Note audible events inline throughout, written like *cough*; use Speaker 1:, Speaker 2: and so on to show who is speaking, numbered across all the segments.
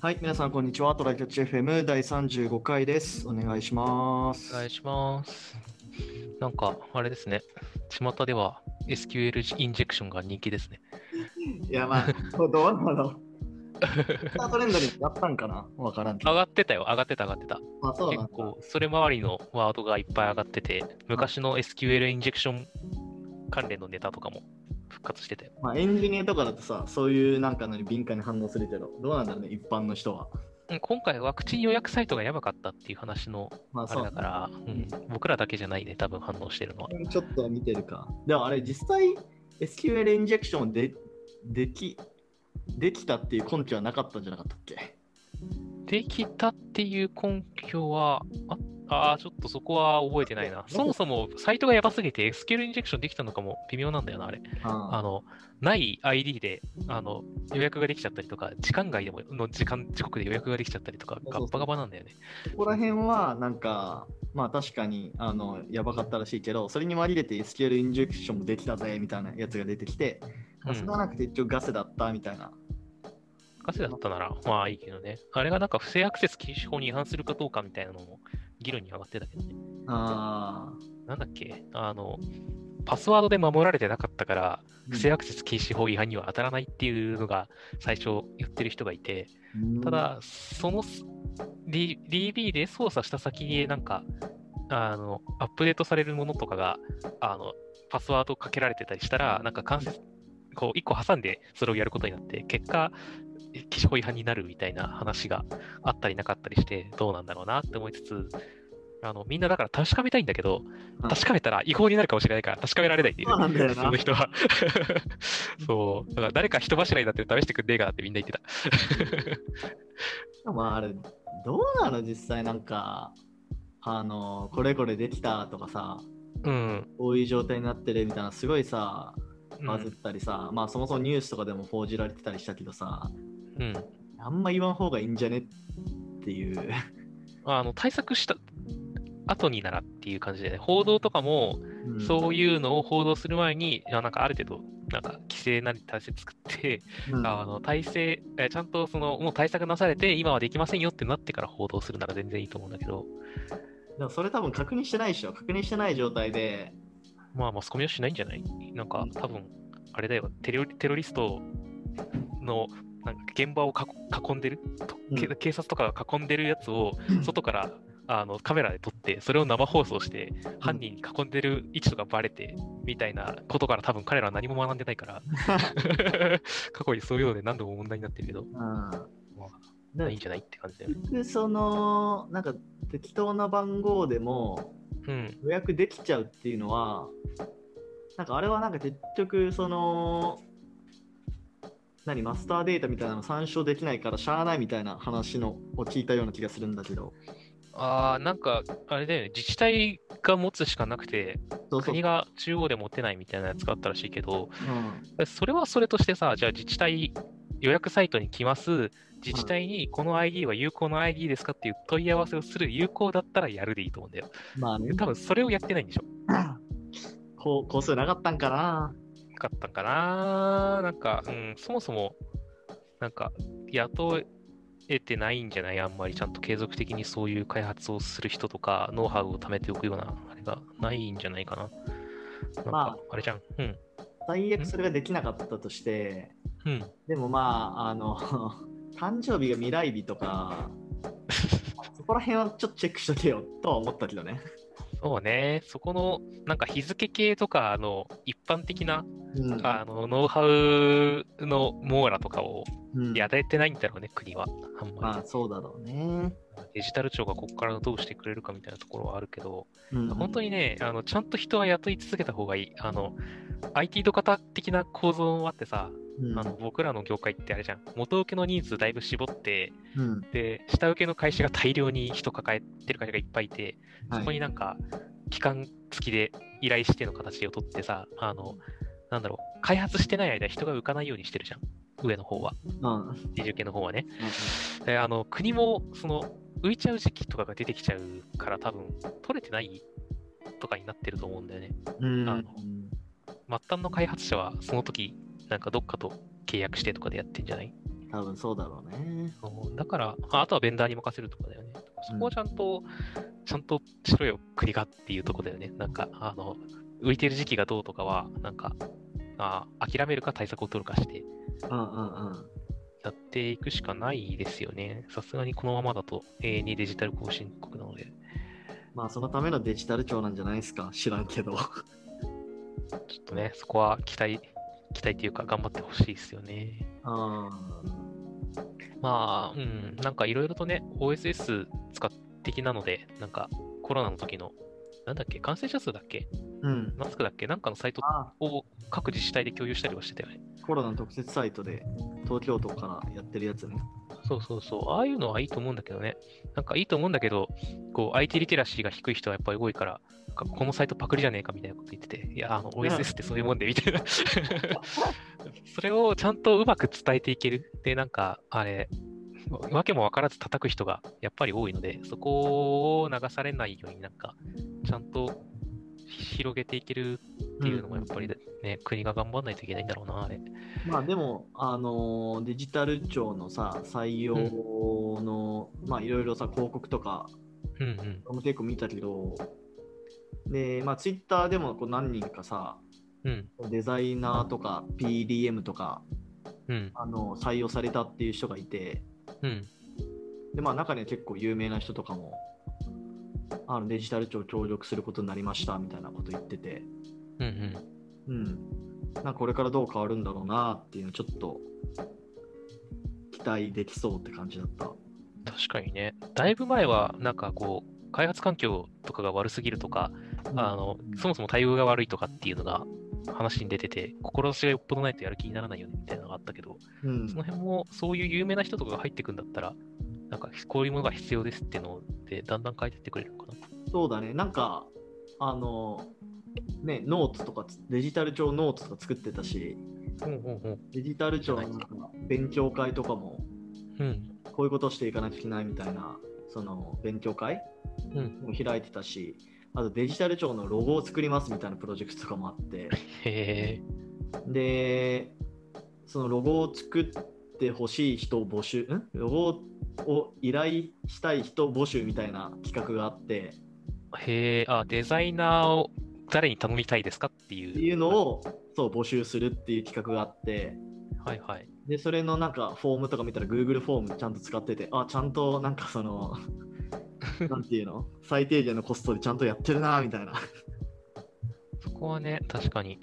Speaker 1: はい、皆さん、こんにちは。トライキャッチ FM 第35回です。お願いしま
Speaker 2: お
Speaker 1: す。
Speaker 2: 願いします。なんか、あれですね。巷では SQL インジェクションが人気ですね。
Speaker 1: いや、まあ、どうどうなのスタートレンドにやったんかなわからんけど。
Speaker 2: 上がってたよ、上がってた、上がってた。
Speaker 1: まあ、そうなん
Speaker 2: 結
Speaker 1: だ。
Speaker 2: 構、それ周りのワードがいっぱい上がってて、昔の SQL インジェクション関連のネタとかも復活してて。
Speaker 1: まあ、エンジニアとかだとさ、そういうなんかのに敏感に反応するけど、どうなんだろうね、一般の人は。
Speaker 2: うん今回ワクチン予約サイトがやばかったっていう話の
Speaker 1: まあ、
Speaker 2: あ
Speaker 1: そ
Speaker 2: れ
Speaker 1: う
Speaker 2: だから、うん、僕らだけじゃないね、多分反応してるのは。
Speaker 1: ちょっと見てるか。でもあれ、実際、SQL インジェクションでできできたっていう根拠はなかったんじゃなかったっけ
Speaker 2: できたっていう根拠は、ああー、ちょっとそこは覚えてないな。そもそもサイトがやばすぎて、SQL インジェクションできたのかも微妙なんだよな、あれ。あ
Speaker 1: あ
Speaker 2: の、ない ID であの予約ができちゃったりとか、時間外でもの時間、時刻で予約ができちゃったりとか、
Speaker 1: そう
Speaker 2: ガ
Speaker 1: そう
Speaker 2: ッバガバなんだよね。
Speaker 1: ここら辺は、なんか、まあ確かにあのやばかったらしいけど、それに紛れて SQL インジェクションもできたぜみたいなやつが出てきて、
Speaker 2: うん
Speaker 1: それはなくて一応ガセだったみたいな。
Speaker 2: ガセだったなら、まあいいけどね。あれがなんか不正アクセス禁止法に違反するかどうかみたいなのも議論に上がってたけどね。
Speaker 1: あ
Speaker 2: なんだっけあの、パスワードで守られてなかったから、不正アクセス禁止法違反には当たらないっていうのが最初言ってる人がいて、
Speaker 1: うん
Speaker 2: た、だ、その D- DB で操作した先になんか、あの、アップデートされるものとかが、あの、パスワードかけられてたりしたら、なんか間接、こう、一個挟んでそれをやることになって、結果、基準法違反になるみたいな話があったりなかったりして、どうなんだろうなって思いつつ、あの、みんなだから確かめたいんだけど、
Speaker 1: うん
Speaker 2: 確かめたら違法になるかもしれないから、確かめられないっていう。
Speaker 1: そうなんだ
Speaker 2: *laughs*
Speaker 1: よ
Speaker 2: その
Speaker 1: な。*laughs*
Speaker 2: 人は。そう。だから誰か人柱になって試してくんねえかなってみんな言ってた。
Speaker 1: まああれ、どうなの実際なんか、あの、これこれできたとかさ、
Speaker 2: うん。
Speaker 1: こういう状態になってるみたいな、すごいさ、
Speaker 2: うん
Speaker 1: バズったりさ、まあそもそもニュースとかでも報じられてたりしたけどさ、
Speaker 2: うん。
Speaker 1: あんま言わん方がいいんじゃねっていう。
Speaker 2: あの、対策した後にならっていう感じでね、報道とかも、
Speaker 1: うん
Speaker 2: そういうのを報道する前に、いやなんかある程度、なんか規制なり体制作って、
Speaker 1: うん
Speaker 2: あの体制、えちゃんとその、もう対策なされて、今はできませんよってなってから報道するなら全然いいと思うんだけど、
Speaker 1: でもそれ多分確認してないでしょ。確認してない状態で、
Speaker 2: まあ、マスコミはしないんじゃないなんか、多分あれだよ、テロテロリストのなんか現場をかこ囲んでる、とけ
Speaker 1: うん
Speaker 2: 警察とかが囲んでるやつを外からあのカメラで撮って、それを生放送して、犯人に囲んでる位置とかバレてみたいなことから、多分彼らは何も学んでない *laughs* から、過去にそういうので何度も問題になってるけど、
Speaker 1: うん。
Speaker 2: まあい
Speaker 1: で
Speaker 2: いんじゃないって感じだよね。
Speaker 1: 結局その、なんか適当な番号でも
Speaker 2: うん、
Speaker 1: 予約できちゃうっていうのは、なんかあれはなんか結局、その、何、マスターデータみたいなの参照できないからしゃあないみたいな話のを聞いたような気がするんだけど、
Speaker 2: ああ、なんか、あれだよね、自治体が持つしかなくて、
Speaker 1: そうそう
Speaker 2: 国が中央で持ってないみたいなやつがあったらしいけど、
Speaker 1: うん
Speaker 2: それはそれとしてさ、じゃあ自治体予約サイトに来ます、自治体にこの ID は有効の ID ですかっていう問い合わせをする、有効だったらやるでいいと思うんだよ。
Speaker 1: まあね、
Speaker 2: 多分それをやってないんでしょ。
Speaker 1: こう個数なかったんかな。
Speaker 2: なかったんかななんか、うん、そもそも、なんか、雇えてないんじゃないあんまりちゃんと継続的にそういう開発をする人とか、ノウハウを貯めておくような、あれがないんじゃないかな。なん
Speaker 1: ま
Speaker 2: か、あれじゃん。うん。
Speaker 1: 最悪それができなかったとして、
Speaker 2: うん。
Speaker 1: でもまあ、あの、 *laughs* 誕生日が未来日と
Speaker 2: *laughs*
Speaker 1: か、そこら辺はちょっとチェックしとけよとは思ったけどね。
Speaker 2: そうね。そこの、なんか日付系とか、あの、一般的な
Speaker 1: うん
Speaker 2: あのノウハウの網羅とかを
Speaker 1: うん
Speaker 2: やれてないんだろうね、国は。あんま
Speaker 1: まあそうだろうね。
Speaker 2: りデジタル庁がここからどうしてくれるかみたいなところはあるけど、
Speaker 1: うん
Speaker 2: 本当にねあの、ちゃんと人は雇い続けた方がいい。あの IT ド型的な構造もあってさ、
Speaker 1: うん
Speaker 2: あの僕らの業界ってあれじゃん、元請けの人数だいぶ絞って、
Speaker 1: うん
Speaker 2: で下請けの会社が大量に人抱えてる会社がいっぱいいて、
Speaker 1: はい
Speaker 2: そこになんか、期間付きで依頼しての形を取ってさ、あの、なんだろう、開発してない間、人が浮かないようにしてるじゃん、上の方は、
Speaker 1: うんうん
Speaker 2: 自重系の方はね。であの国もその浮いちゃう時期とかが出てきちゃうから、多分取れてないとかになってると思うんだよね。
Speaker 1: うん
Speaker 2: あの末端の開発者は、その時なんかどっかと契約してとかでやってんじゃない
Speaker 1: 多分そうだろうね。
Speaker 2: そうだから、ああとはベンダーに任せるとかだよね。そこをちゃんと、ちゃんとしろよ、栗がっていうとこだよね。なんか、あの、浮いてる時期がどうとかは、なんか、あ諦めるか対策を取るかして
Speaker 1: うんうんうん。
Speaker 2: やっていくしかないですよね。さすがにこのままだと永遠にデジタル更新国なので。
Speaker 1: まあそのためのデジタル庁なんじゃないですか。知らんけど。 *laughs*
Speaker 2: ちょっとね、そこは期待、期待というか頑張ってほしいですよね。
Speaker 1: あ
Speaker 2: まあ、うん、なんかいろいろとね、OSS 使って的なので、なんかコロナの時の、なんだっけ、感染者数だっけ
Speaker 1: うん。
Speaker 2: マスクだっけなんかのサイト
Speaker 1: あ
Speaker 2: を各自治体で共有したりはしてたよね。
Speaker 1: コロナの特設サイトで東京都からやってるや
Speaker 2: *laughs*
Speaker 1: つね。
Speaker 2: そうそうそう。ああいうのはいいと思うんだけどね。なんかいいと思うんだけど、こう、IT リテラシーが低い人はやっぱり多いから、なんかこのサイトパクリじゃねえかみたいなこと言ってて、いや、あの、OSS ってそういうもんで、みたいな。 *laughs* それをちゃんとうまく伝えていける。で、なんか、あれ、わけも分からず叩く人がやっぱり多いので、そこを流されないようになんか、ちゃんと広げていけるっていうのもやっぱりね、国が頑張らないといけないんだろうな、あれ。
Speaker 1: まあでも、あのーデジタル庁のさ、採用の、まあいろいろさ、広告とか、
Speaker 2: うんうん。
Speaker 1: 俺も結構見たけど、で、まあツイッターでもこう何人かさ、
Speaker 2: うん。
Speaker 1: デザイナーとか PDM とか、
Speaker 2: うん。
Speaker 1: あの採用されたっていう人がいて、
Speaker 2: うん。
Speaker 1: で、まあ中には結構有名な人とかも、あのデジタル庁協力することになりましたみたいなこと言ってて、
Speaker 2: うんう
Speaker 1: う
Speaker 2: ん。
Speaker 1: ん、なんかこれからどう変わるんだろうなっていうのちょっと期待できそうって感じだった。
Speaker 2: 確かにね。だいぶ前は、なんかこう、開発環境とかが悪すぎるとか、あの、そもそも対応が悪いとかっていうのが話に出てて、志がよっぽどないとやる気にならないよねみたいなのがあったけど、
Speaker 1: うん
Speaker 2: その辺もそういう有名な人とかが入ってくんだったら、なんかこういうものが必要ですってので、だんだん変えてってくれるのかな。
Speaker 1: そうだね、なんか、あの、ね、ノーツとかつ、デジタル庁ノーツとか作ってたし、
Speaker 2: うんうん
Speaker 1: デジタル庁のなんか勉強会とかも、
Speaker 2: うん。うん。
Speaker 1: こういうことをしていかなきゃいけないみたいな、その勉強会
Speaker 2: うん。
Speaker 1: も開いてたし、あとデジタル庁のロゴを作りますみたいなプロジェクトとかもあ
Speaker 2: *laughs*
Speaker 1: って、
Speaker 2: へえ。
Speaker 1: で、そのロゴを作ってほしい人を募集、んロゴを依頼したい人募集みたいな企画があって、
Speaker 2: へえ。あ、デザイナーを誰に頼みたいですかっていう。
Speaker 1: っていうの。を、そう、募集するっていう企画があって、
Speaker 2: はいはい。
Speaker 1: で、それのなんかフォームとか見たら Google フォームちゃんと使ってて、あ、ちゃんとなんかそ
Speaker 2: *laughs*
Speaker 1: の、なんていうの最低限のコストでちゃんとやってるなみたいな。
Speaker 2: そこはね、確かに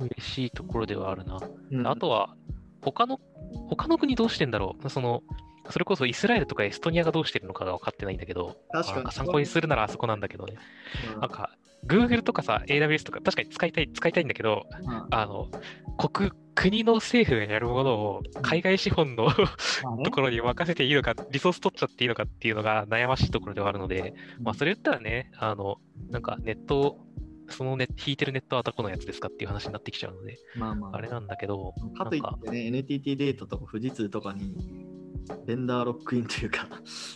Speaker 2: 嬉しいところではあるな。
Speaker 1: うん
Speaker 2: あとは、他の、他の国どうしてんだろうその、それこそイスラエルとかエストニアがどうしてるのかが分かってないんだけど、
Speaker 1: 確
Speaker 2: な
Speaker 1: か
Speaker 2: ん
Speaker 1: に
Speaker 2: か参考にするならあそこなんだけどね。
Speaker 1: うん
Speaker 2: なんか、Google とかさ、AWS とか、確かに使いたい、使いたいんだけど、
Speaker 1: うんま
Speaker 2: あの、国、国の政府がやるものを海外資本の
Speaker 1: あね
Speaker 2: ところに任せていいのか、リソース取っちゃっていいのかっていうのが悩ましいところではあるので、まあ、それ言ったらね、あの、なんかネットを、そのね、引いてるネットはどこのやつですかっていう話になってきちゃうので、
Speaker 1: まあまあ
Speaker 2: あれなんだけど、
Speaker 1: かといってね、NTT データとか富士通とかにベンダーロックインというか、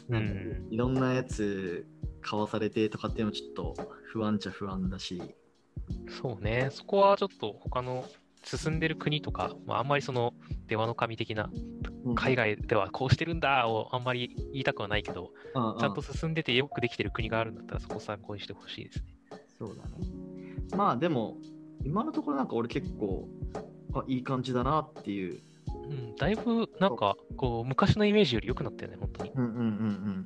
Speaker 2: う
Speaker 1: なんか
Speaker 2: ん、
Speaker 1: いろんなやつ買わされてとかっていうのはちょっと不安っちゃ不安だし、
Speaker 2: そうね、そこはちょっと他の進んでる国とか、まあ、あんまりその出羽の神的な
Speaker 1: うん
Speaker 2: 海外ではこうしてるんだをあんまり言いたくはないけど、
Speaker 1: うんうん
Speaker 2: ちゃんと進んでてよくできてる国があるんだったらそこを参考にしてほしいですね。
Speaker 1: そうだね。まあでも、今のところなんか俺結構、あいい感じだなっていう。
Speaker 2: うん、だいぶなんかこう昔のイメージより良くなったよね、本当に。
Speaker 1: うんうんうん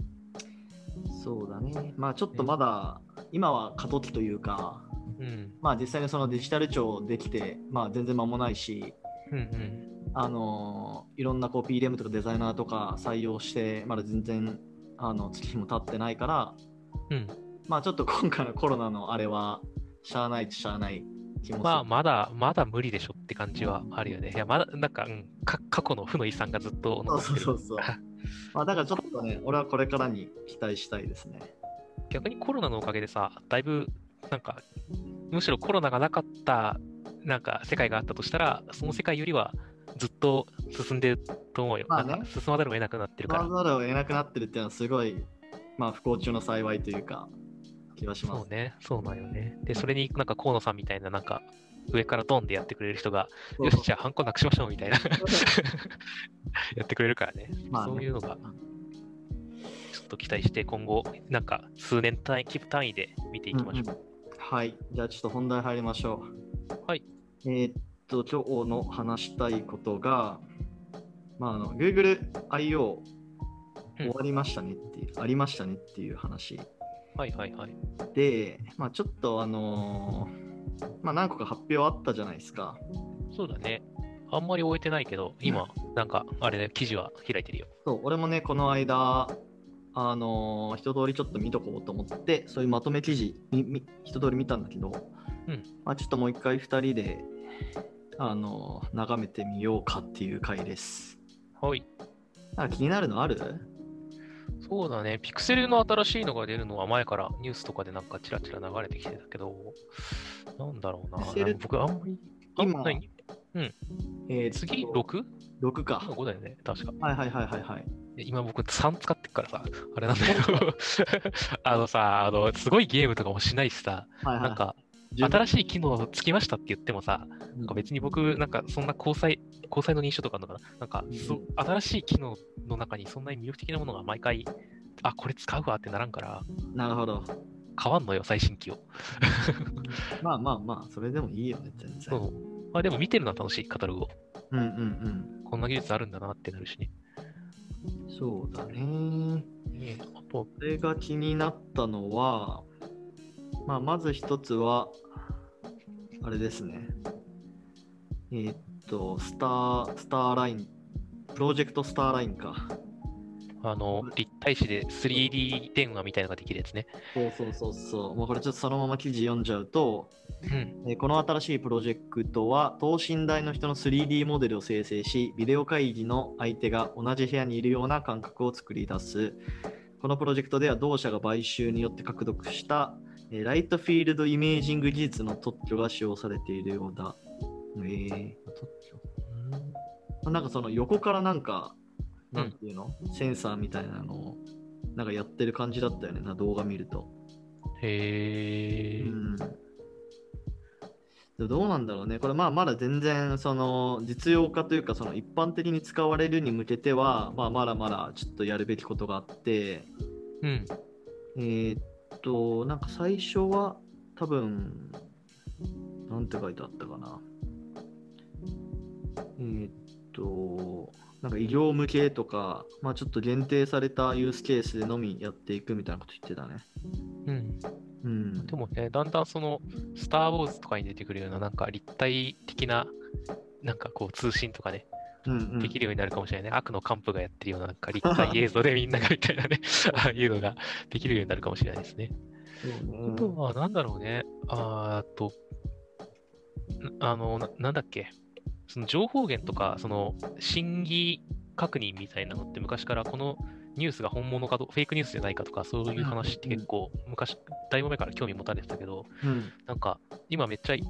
Speaker 1: うん。そうだね。まあちょっとまだ、今は過渡期というか、
Speaker 2: うん、
Speaker 1: まあ実際にそのデジタル庁できて、まあ全然間もないし、
Speaker 2: うん、うん。
Speaker 1: あのいろんなこう PDM とかデザイナーとか採用して、まだ全然あの月日も経ってないから、
Speaker 2: うん、
Speaker 1: まあちょっと今回のコロナのあれは、しゃあないっちゃしゃあない気もする。
Speaker 2: まあ、まだ、まだ無理でしょって感じはあるよね。いや、まだ、なんか、うん、か過去の負の遺産がずっと
Speaker 1: そ
Speaker 2: 残
Speaker 1: う
Speaker 2: って
Speaker 1: そう
Speaker 2: る。
Speaker 1: そうそう。まあだからちょっとね、俺はこれからに期待したいですね。
Speaker 2: 逆にコロナのおかげでさ、だいぶ、なんか、むしろコロナがなかった、なんか、世界があったとしたら、その世界よりはずっと進んでると思うよ。
Speaker 1: まあね
Speaker 2: なんか進まざるを得なくなってるか
Speaker 1: ま
Speaker 2: ら。
Speaker 1: ざるを得なくなってるっていうのはすごい、まあ不幸中の幸いというか、気はしま
Speaker 2: そう
Speaker 1: す。
Speaker 2: ね、そうなんよね。で、それになんか河野さんみたいな、なんか、上からドンでやってくれる人が、
Speaker 1: そう
Speaker 2: よし、じゃあハンコなくしましょうみたいな、 *laughs* やってくれるからね。
Speaker 1: まあね
Speaker 2: そういうのが、ちょっと期待して、今後、なんか数年単位単位で見ていきましょう。
Speaker 1: うんうんはい。じゃあちょっと本題入りましょう。
Speaker 2: はい。
Speaker 1: えーっと、今日の話したいことが、まあ、あの Google I.O. 終わりましたねっていう、ありましたねっていう話
Speaker 2: はいはいはい。
Speaker 1: で、まあ、ちょっとあのーまあ、何個か発表あったじゃないですか。
Speaker 2: そうだね。あんまり終えてないけど、今、なんか、あれね、記事は開いてるよ。
Speaker 1: そう、俺もね、この間、あのー一通りちょっと見とこうと思って、そういうまとめ記事、みみ一通り見たんだけど、
Speaker 2: うん
Speaker 1: まあ、ちょっともう一回二人で、あのー眺めてみようかっていう回です。
Speaker 2: はい。
Speaker 1: なんか気になるのある
Speaker 2: そうだね。ピクセルの新しいのが出るのは前からニュースとかでなんかチラチラ流れてきてたけど、なんだろうな。
Speaker 1: ピクセル
Speaker 2: なんか僕あんまり、
Speaker 1: 今
Speaker 2: あ何
Speaker 1: えーっと
Speaker 2: 次 6?
Speaker 1: 6
Speaker 2: 今
Speaker 1: か。
Speaker 2: 5だよね、確か。
Speaker 1: はいはいはいはいはい。
Speaker 2: で今僕3使ってっからさ、あれなんだけ
Speaker 1: *laughs*
Speaker 2: ど、あのさ、あの、すごいゲームとかもしないしさ、
Speaker 1: はいはい、
Speaker 2: なんか、
Speaker 1: 十分、
Speaker 2: 新しい機能つきましたって言ってもさ、なんか別に僕、なんかそんな交際、交際の認証とかあるのかな、なんか、そ
Speaker 1: うん
Speaker 2: 新しい機能の中にそんなに魅力的なものが毎回、あ、これ使うわってならんから、
Speaker 1: なるほど。
Speaker 2: 変わんのよ、最新機を。
Speaker 1: まあまあまあ、それでもいいよね、全然。
Speaker 2: そう。まあでも見てるのは楽しい、カタログを。
Speaker 1: うんうんうん。
Speaker 2: こんな技術あるんだなってなるしね。
Speaker 1: そうだね。
Speaker 2: あと、
Speaker 1: これが気になったのは、まあ、まず一つは、あれですね。えーっと、スター、スターライン、プロジェクトスターラインか。
Speaker 2: あの、立体視で 3D 電話みたいなのができるやつね。
Speaker 1: そうそうそうそう。まあ、これちょっとそのまま記事読んじゃうと、
Speaker 2: うん。
Speaker 1: えーこの新しいプロジェクトは等身大の人の 3D モデルを生成しビデオ会議の相手が同じ部屋にいるような感覚を作り出すこのプロジェクトでは同社が買収によって獲得した、えーライトフィールドイメージング技術の特許が使用されているようだえー特許まあなんかその横からなんか
Speaker 2: うん
Speaker 1: なんていうの、センサーみたいなのをなんかやってる感じだったよねな動画見ると
Speaker 2: へー。
Speaker 1: うん、どうなんだろうね、これまあまだ全然その実用化というかその一般的に使われるに向けては、まあ、まだまだちょっとやるべきことがあって、
Speaker 2: うん。
Speaker 1: えーっと、なんか最初は多分、なんて書いてあったかな。えーっと、なんか医療向けとか、まあ、ちょっと限定されたユースケースでのみやっていくみたいなこと言ってたね。
Speaker 2: うん、
Speaker 1: うん、
Speaker 2: でもね、だんだんその、スター・ウォーズとかに出てくるような、なんか立体的な、なんかこう通信とかね、
Speaker 1: うんうん
Speaker 2: できるようになるかもしれないね。悪の幹部がやってるような、なんか立体映像でみんながみた
Speaker 1: *laughs*
Speaker 2: いなね、ああいうのができるようになるかもしれないですね。
Speaker 1: そう
Speaker 2: あ
Speaker 1: ね
Speaker 2: とは、なんだろうね、あーっと、なあのな、なんだっけ、その情報源とか、その審議確認みたいなのって、昔からこのニュースが本物かどフェイクニュースじゃないかとか、そういう話って結構、昔、だいぶ前から興味持たれてたけど、
Speaker 1: うん
Speaker 2: なんか、今めっちゃい、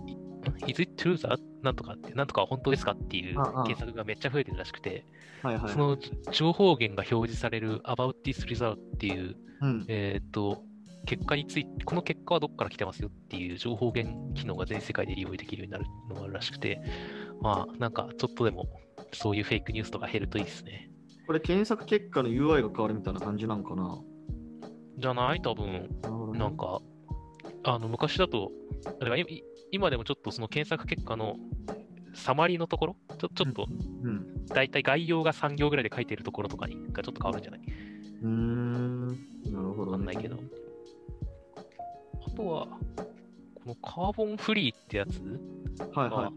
Speaker 2: Is it true that? なんとかって、なんとかは本当ですかっていう
Speaker 1: ああ
Speaker 2: 検索がめっちゃ増えてるらしくて、
Speaker 1: はいはい
Speaker 2: その情報源が表示される About this result っていう
Speaker 1: うん、
Speaker 2: えーっと、結果について、この結果はどこから来てますよっていう情報源機能が全世界で利用できるようになるのがあるらしくて、まあ、なんかちょっとでもそういうフェイクニュースとか減るといいですね。
Speaker 1: これ検索結果の UI が変わるみたいな感じなんかな。
Speaker 2: じゃない多分、
Speaker 1: なるほどね
Speaker 2: なんか、あの、昔だと、だからい今でもちょっとその検索結果のサマリーのところ、ちょちょっと、
Speaker 1: うん。
Speaker 2: だいたい概要が3行ぐらいで書いてるところとかにがちょっと変わるんじゃないう
Speaker 1: ーん。なるほど、ね。
Speaker 2: わかんないけど。あとは、このカーボンフリーってやつ
Speaker 1: はいはいはい。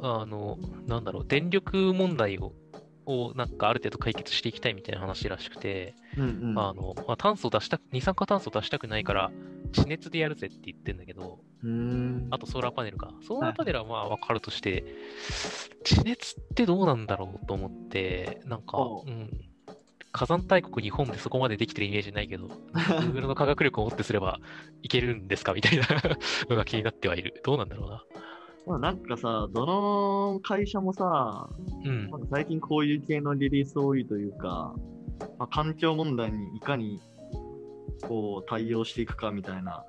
Speaker 2: あの、なんだろう、電力問題を、をなんかある程度解決していきたいみたいな話らしくて、
Speaker 1: うんうん。
Speaker 2: あのまあ、炭素出したく、二酸化炭素出したくないから、地熱でやるぜって言ってんだけど、
Speaker 1: うーん。
Speaker 2: あとソーラーパネルか。ソーラーパネルはまあ分かるとして、地熱ってどうなんだろうと思って、なんか、
Speaker 1: おう
Speaker 2: うん、火山大国日本でそこまでできてるイメージな
Speaker 1: *laughs*
Speaker 2: いけど、Google の科学力をもってすればいけるんですかみたいな *laughs* のが気になってはいる。どうなんだろうな。
Speaker 1: まあ、なんかさ、どの会社もさ、
Speaker 2: うん
Speaker 1: な。んか最近こういう系のリリース多いというか、まあ、環境問題にいかにこう対応していくかみたいな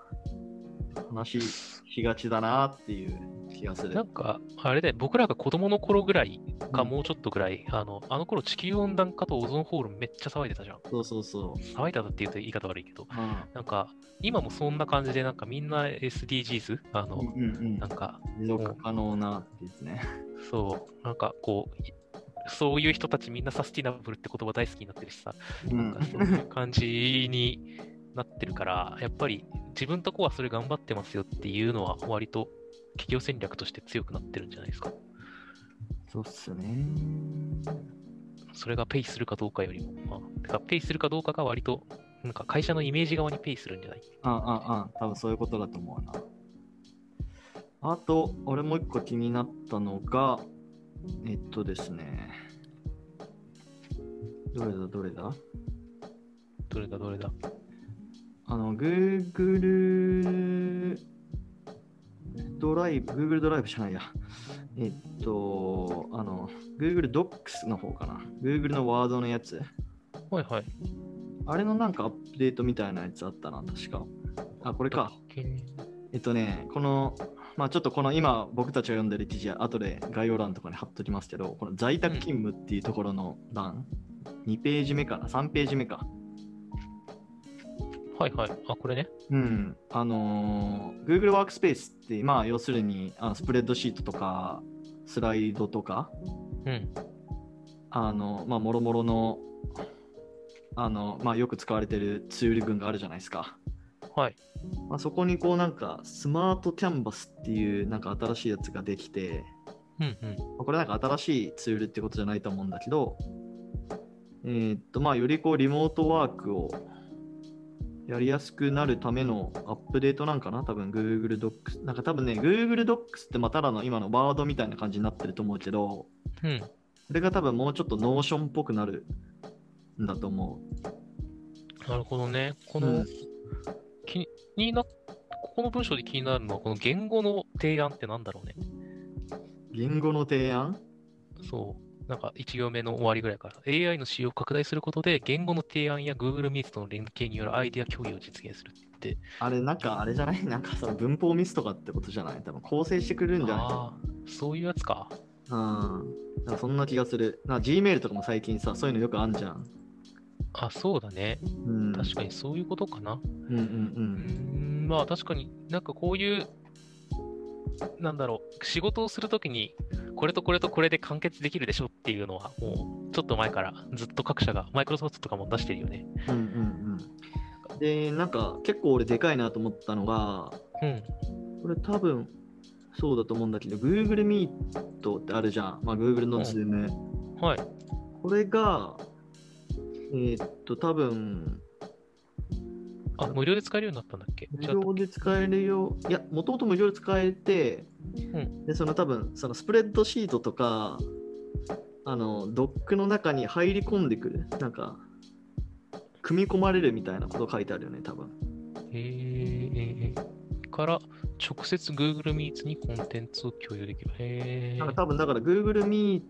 Speaker 1: 話しきがちだなっていう気がす
Speaker 2: な
Speaker 1: る
Speaker 2: ん。か、あれだよ、僕らが子供の頃ぐらいか、
Speaker 1: うん
Speaker 2: もうちょっとぐらい、あの、あの頃地球温暖化とオゾンホールめっちゃ騒いでたじゃん。
Speaker 1: そうそうそ
Speaker 2: 騒いだって言うと言い方悪いけど、
Speaker 1: う。ま
Speaker 2: なんか、今もそんな感じで、なんかみんな SDGs、あ
Speaker 1: あ、
Speaker 2: の
Speaker 1: うん、うん
Speaker 2: なんか、
Speaker 1: うん。持続可能なってですね。
Speaker 2: そう、なんかこう、いそういう人たちみんなサスティナブルって言葉大好きになってるしさ、
Speaker 1: う
Speaker 2: なん
Speaker 1: ん
Speaker 2: か。そういう感じになってるから、やっぱり自分とこはそれ頑張ってますよっていうのは、割と企業戦略として強くなってるんじゃないですか。
Speaker 1: そうっすね。
Speaker 2: それがペイするかどうかよりも、まあ、てかペイするかどうかが割と、なんか会社のイメージ側にペイするんじゃない
Speaker 1: あんあんあん、多分そういうことだと思うな。あと、俺もう一個気になったのが、えっとですね。どれだどれだ
Speaker 2: どれだどれだ
Speaker 1: あの、Google ドライブ、Google ドライブじゃないや。えっと、あの、Google Docs の方かな。Google のワードのやつ。
Speaker 2: はいはい。
Speaker 1: あれのなんかアップデートみたいなやつあったな、確か。あ、これか。えっとね、この、まあ、ちょっとこの今僕たちが読んでる記事は後で概要欄とかに貼っときますけど、この在宅勤務っていうところの欄、2ページ目かな、3ページ目か。
Speaker 2: はいはい。あ、これね。
Speaker 1: うん、あのー Google ワークスペースって、まあ、要するにあのスプレッドシートとか、スライドとか、
Speaker 2: うん。
Speaker 1: あの、まあ、もろもろの、あの、まあ、よく使われてるツール群があるじゃないですか。
Speaker 2: はい。
Speaker 1: まあ、そこにこうなんか、スマートキャンバスっていうなんか新しいやつができて、
Speaker 2: うんうん。
Speaker 1: まあこれなんか新しいツールってことじゃないと思うんだけど、えーっと、まあ、よりこう、リモートワークをやりやすくなるためのアップデートなんかな多分 Google Docs。なんか多分ね、Google Docs ってまあただの今のワードみたいな感じになってると思うけど、
Speaker 2: うん。
Speaker 1: それが多分もうちょっとノーションっぽくなるんだと思
Speaker 2: なるほどね。こ
Speaker 1: う。
Speaker 2: の、
Speaker 1: うん
Speaker 2: 気になっここの文章で気になるのは、この言語の提案ってなんだろうね。
Speaker 1: 言語の提案
Speaker 2: そう。なんか1行目の終わりぐらいから AI の使用を拡大することで言語の提案や Google Meet との連携によるアイデア共有を実現するって
Speaker 1: あれ、なんかあれじゃない *laughs* なんかその文法ミスとかってことじゃない多分構成してくれるんじゃない
Speaker 2: ああそういうやつか
Speaker 1: うん。なんかそんな気がする。なんか Gmail とかも最近さ、そういうのよくあんじゃん。
Speaker 2: あそうだね
Speaker 1: うん、
Speaker 2: 確かにそういうことかな
Speaker 1: うんうん
Speaker 2: うーんまあ確かになんかこういうなんだろう仕事をするときにこれとこれとこれで完結できるでしょっていうのはもうちょっと前からずっと各社がマイクロソフトとかも出してるよね
Speaker 1: うんうんうんうんでなんか結構俺でかいなと思ったのが
Speaker 2: うん
Speaker 1: これ多分そうだと思うんだけど Google Meet ってあるじゃん、まあ、Google の
Speaker 2: うん
Speaker 1: Zoom、
Speaker 2: はい
Speaker 1: これがえーっと多分
Speaker 2: あ無料で使えるようになったんだっけ
Speaker 1: 無
Speaker 2: 違った
Speaker 1: 料で使えるよいやもともと無料で使えて、
Speaker 2: ん
Speaker 1: でその多分そのスプレッドシートとかあのドックの中に入り込んでくるなんか組み込まれるみたいなこと書いてあるよね多分
Speaker 2: えーえーから直接 Google Meets にコンテンツを共有できる。へ
Speaker 1: なんか
Speaker 2: ー
Speaker 1: 多分だから Google Meet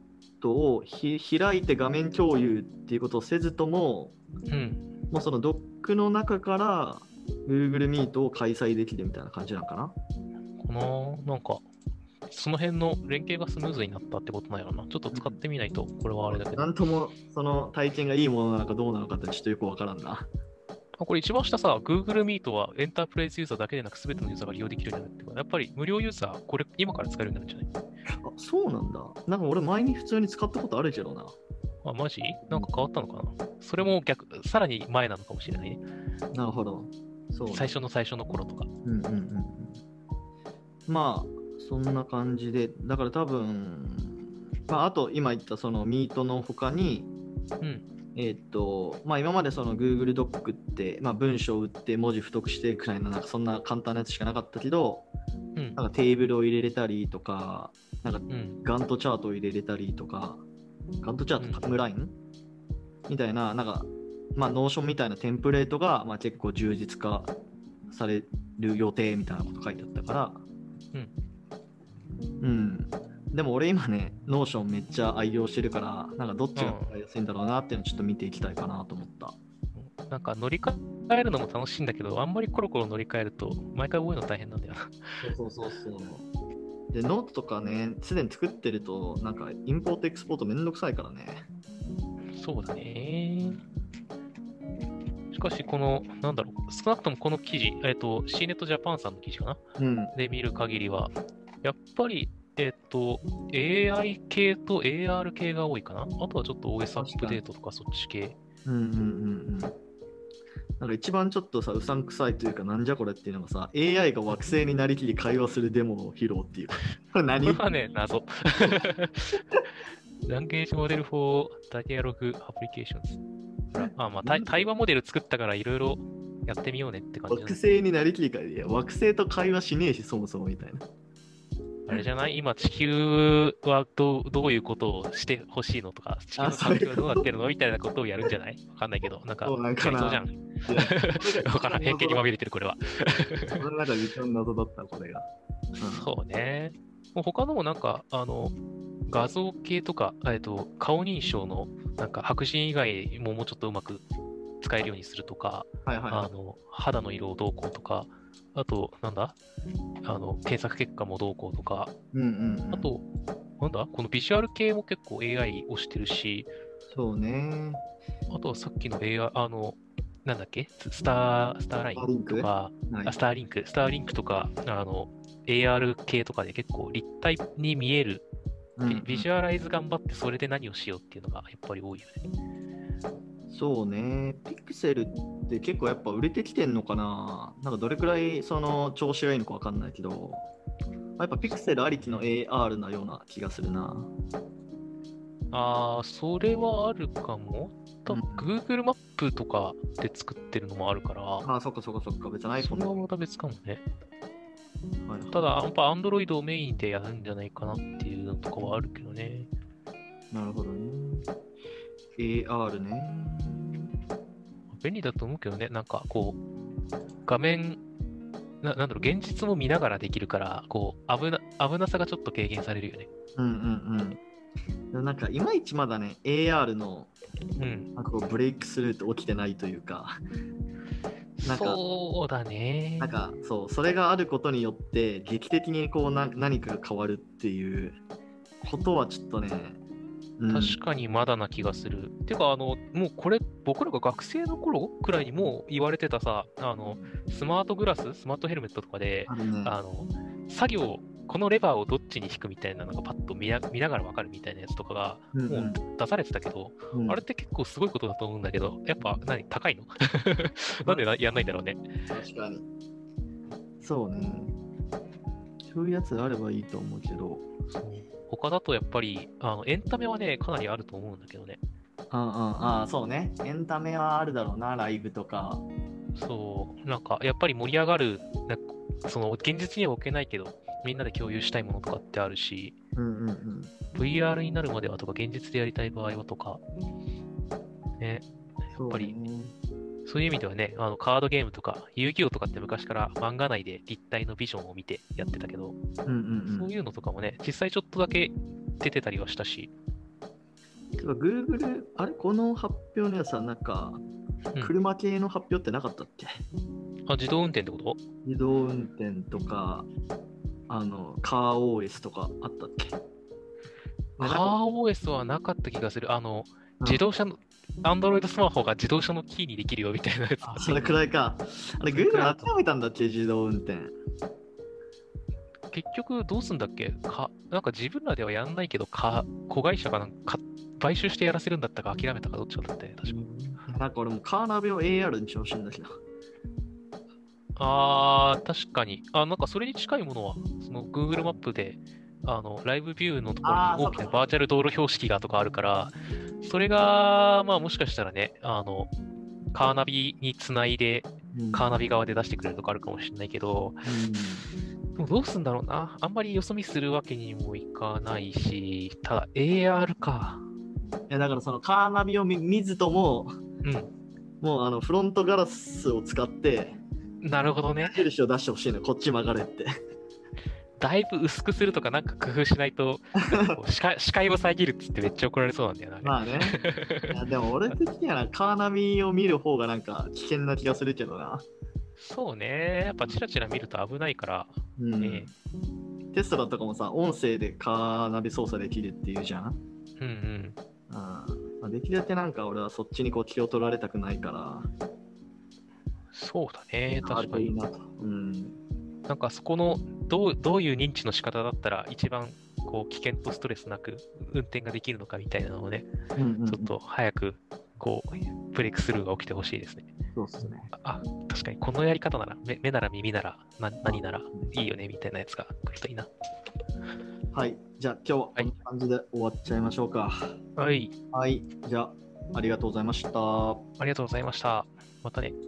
Speaker 1: をひ開いて画面共有っていうことをせずとも、
Speaker 2: うん。
Speaker 1: もうそのドックの中から Google Meet を開催できるみたいな感じなのかな
Speaker 2: かななんか、その辺の連携がスムーズになったってことなんやろな。ちょっと使ってみないと、これはあれだけど。
Speaker 1: なんともその体験がいいものなのかどうなのかってちょっとよくわからんな。
Speaker 2: あこれ一番下さ、Google Meet はエンタープレイズユーザーだけでなく全てのユーザーが利用できるようになるってことやっぱり無料ユーザー、これ今から使えるようになるんじゃない
Speaker 1: あそうなんだ。なんか俺前に普通に使ったことあるけどな。
Speaker 2: あ、マジなんか変わったのかなそれも逆、さらに前なのかもしれないね。
Speaker 1: なるほど。そう。
Speaker 2: 最初の最初の頃とか。
Speaker 1: うんうんうんうん。まあ、そんな感じで、だから多分、まあ、あと今言ったそのミートの他に、
Speaker 2: うん
Speaker 1: えーっと、まあ今までその Google ドックって、まあ文章を打って文字太くしてくらいの、なんかそんな簡単なやつしかなかったけど、
Speaker 2: うん
Speaker 1: な。んかテーブルを入れれたりとか、なんか
Speaker 2: うん。
Speaker 1: ガントチャートを入れれたりとか、ガントチャー
Speaker 2: う
Speaker 1: ト
Speaker 2: ん
Speaker 1: タイムライン、みたいな、なんか、まあ、ノーションみたいなテンプレートが、まあ、結構充実化される予定みたいなこと書いてあったから、うん。でも俺今ね、ノーションめっちゃ愛用してるから、なんかどっちが使いやすいんだろうなっていうのをちょっと見ていきたいかなと思った。
Speaker 2: なんか乗り換えるのも楽しいんだけど、あんまりコロコロ乗り換えると、毎回覚えるの大変なんだよな。 *laughs*
Speaker 1: そうそうそうそう。で、ノートとかね、すでに作ってると、なんか、インポート、エクスポートめんどくさいからね。
Speaker 2: そうだね。しかし、この、なんだろう、少なくともこの記事、えっ、と、C ネットジャパンさんの記事かな
Speaker 1: うん。
Speaker 2: で見る限りは、やっぱり、えっ、と、AI 系と AR 系が多いかなあとはちょっと OS アップデートとかそっち系。
Speaker 1: うんうんうんうん。なんか一番ちょっとさ、うさんくさいというか、なんじゃこれっていうのがさ、AI が惑星になりきり会話するデモを披露っていう。これ
Speaker 2: こ
Speaker 1: 何
Speaker 2: *laughs* れはね、謎。ランゲージモデル for Dialog Applications。あ、まあ、対対話モデル作ったからいろいろやってみようねって感じ
Speaker 1: 惑
Speaker 2: なんだ
Speaker 1: 星になりきり会で、惑星と会話しねえし、そもそもみたいな。
Speaker 2: あれじゃない今地球はどうどういうことをしてほしいのとか、地球の環境はどうなってるのみたいなことをやるんじゃないわかんないけど、なんか、
Speaker 1: そうなんか
Speaker 2: や
Speaker 1: な
Speaker 2: りそうじゃん。 *laughs* わからん。偏見にまみれてる、これは。
Speaker 1: その中で一番謎だった、これが。うん
Speaker 2: そうね。もう他のもなんか、あの、画像系とか、えっと、顔認証の、なんか白人以外ももうちょっとうまく使えるようにするとか、
Speaker 1: はいはい
Speaker 2: あ
Speaker 1: は
Speaker 2: の、肌の色をどうこうとか、あと、なんだあの、検索結果もどうこうとか、
Speaker 1: い。うんうんうん
Speaker 2: あと、なんだこのビジュアル系も結構 AI をしてるし、
Speaker 1: そうね。
Speaker 2: あとはさっきの AI、あの、なんだっけススター、スターラインとか、
Speaker 1: はい
Speaker 2: あスターリンク、スターリンクとか、あの、AR 系とかで結構立体に見える、
Speaker 1: うんう
Speaker 2: ビ
Speaker 1: ん
Speaker 2: ビジュアライズ頑張ってそれで何をしようっていうのがやっぱり多いよね。
Speaker 1: そうね、ピクセルって結構やっぱ売れてきてんのかな、なんかどれくらいその調子がいいのかわかんないけど、やっぱピクセルありきの AR なような気がするな。
Speaker 2: ああ、それはあるかも。多分 Google マップとかで作ってるのもあるから、
Speaker 1: ああ、そっかそっかそっか、別に iPhone
Speaker 2: それ
Speaker 1: だ
Speaker 2: はまた別かもね。
Speaker 1: はいはい
Speaker 2: ただ、やっぱ Android をメインでやるんじゃないかなっていうのとかはあるけどね。
Speaker 1: なるほどね。AR ね。
Speaker 2: 便利だと思うけどね、なんかこう、画面、ななんだろう、現実も見ながらできるから、こう、危な、危なさがちょっと軽減されるよね。
Speaker 1: うんうんうん。でもなんかいまいちまだね、AR の
Speaker 2: うん。
Speaker 1: なんかこうブレイクスルーって起きてないというか、なんか
Speaker 2: そうだね
Speaker 1: なん。かそう、それがあることによって劇的にこうな何かが変わるっていうことはちょっとね、うん
Speaker 2: 確かにまだな気がする。てか、あの、もうこれ、僕らが学生の頃くらいにもう言われてたさ、あの、スマートグラス、スマートヘルメットとかで、
Speaker 1: あるね。
Speaker 2: あの、作業、このレバーをどっちに引くみたいなのがパッと見な見ながらわかるみたいなやつとかが、
Speaker 1: うん
Speaker 2: もう出されてたけど、
Speaker 1: うん
Speaker 2: あれって結構すごいことだと思うんだけど、やっぱ何高
Speaker 1: *laughs*
Speaker 2: いのなんでなやんないんだろうね。
Speaker 1: 確かに。そうね。そういうやつあればいいと思うけど。
Speaker 2: 他だとやっぱりあのエンタメはね、かなりあると思うんだけどね。
Speaker 1: うんうん、ああ、そうね。エンタメはあるだろうな、ライブとか。
Speaker 2: そう、なんかやっぱり盛り上がる、なんかその現実には置けないけど、みんなで共有したいものとかってあるし、
Speaker 1: うんうんうん。
Speaker 2: VR になるまではとか、現実でやりたい場合はとか、ね、
Speaker 1: や
Speaker 2: っぱり
Speaker 1: ね、
Speaker 2: そういう意味ではね、あのカードゲームとか、遊戯王とかって昔から漫画内で立体のビジョンを見てやってたけど、
Speaker 1: うんうんう
Speaker 2: そ
Speaker 1: ん
Speaker 2: う。いうのとかもね、実際ちょっとだけ出てたりはしたし、
Speaker 1: てか Google、あれこの発表のやつはなんか、
Speaker 2: うん
Speaker 1: 車系の発表ってなかったっけ、
Speaker 2: あ、自動運転ってこと
Speaker 1: 自動運転とか、あの、カー OS とかあったっけ
Speaker 2: カー OS はなかった気がする。あの、
Speaker 1: うん
Speaker 2: 自動車の、Android スマホが自動車のキーにできるよみたいなやつ。
Speaker 1: あそれくらいか。あれ、
Speaker 2: それくらい
Speaker 1: Google
Speaker 2: だと
Speaker 1: 諦めたんだっけ、自動運転。
Speaker 2: 結局どうすんだっけか、なんか自分らではやんないけど、か子会社かなんか、買収してやらせるんだったか諦めたかどっちかだったよね、確か。
Speaker 1: なんか俺もカーナビを AR にしてほしいんだけど。
Speaker 2: あー、確かに。あ、なんかそれに近いものは、その Google マップで、あの、ライブビューのとこ
Speaker 1: あーそ
Speaker 2: ろに大
Speaker 1: っか
Speaker 2: きなバーチャル道路標識がとかあるから、それが、まあもしかしたらね、あの、カーナビにつないで、カーナビ側で出してくれるとかあるかもしれないけど、でもどうすんだろうな。あんまりよそ見するわけにもいかないし、ただ AR か。
Speaker 1: いやだからそのカーナビを見見ずとも、
Speaker 2: うん。
Speaker 1: もうあのフロントガラスを使って、
Speaker 2: なるほどね。 *laughs*
Speaker 1: 印を出してほしいのよ、こっち曲がれって。
Speaker 2: だいぶ薄くするとかなんか工夫しないと
Speaker 1: *laughs*
Speaker 2: こう視界視界を遮るっつってめっちゃ怒られそうなんだよなあれ、
Speaker 1: まあね。いやでも俺的にはなカーナビを見る方がなんか危険な気がするけどな。
Speaker 2: そうねやっぱチラチラ見ると危ないから、
Speaker 1: うん
Speaker 2: ね
Speaker 1: テスラとかもさ、音声でカーナビ操作できるっていうじゃん。うん
Speaker 2: うんうん
Speaker 1: まあ、できるだけなんか俺はそっちにこう気を取られたくないから、
Speaker 2: そうだね
Speaker 1: あ
Speaker 2: 確
Speaker 1: る
Speaker 2: か
Speaker 1: といい
Speaker 2: に
Speaker 1: なと。うん
Speaker 2: なんかそこのどうどういう認知の仕方だったら一番こう危険とストレスなく運転ができるのかみたいなのをね
Speaker 1: うんうんうん
Speaker 2: ちょっと早くこうブレイクスルーが起きてほしいですね。
Speaker 1: そうっすね。
Speaker 2: あ確かにこのやり方なら目目なら耳ならな何ならいいよねみたいなやつが来るといいな。
Speaker 1: はい、じゃあ今日はこんな感じで終わっちゃいましょうか。
Speaker 2: はい、
Speaker 1: はい、じゃあありがとうございました。
Speaker 2: ありがとうございました。またね。
Speaker 1: 「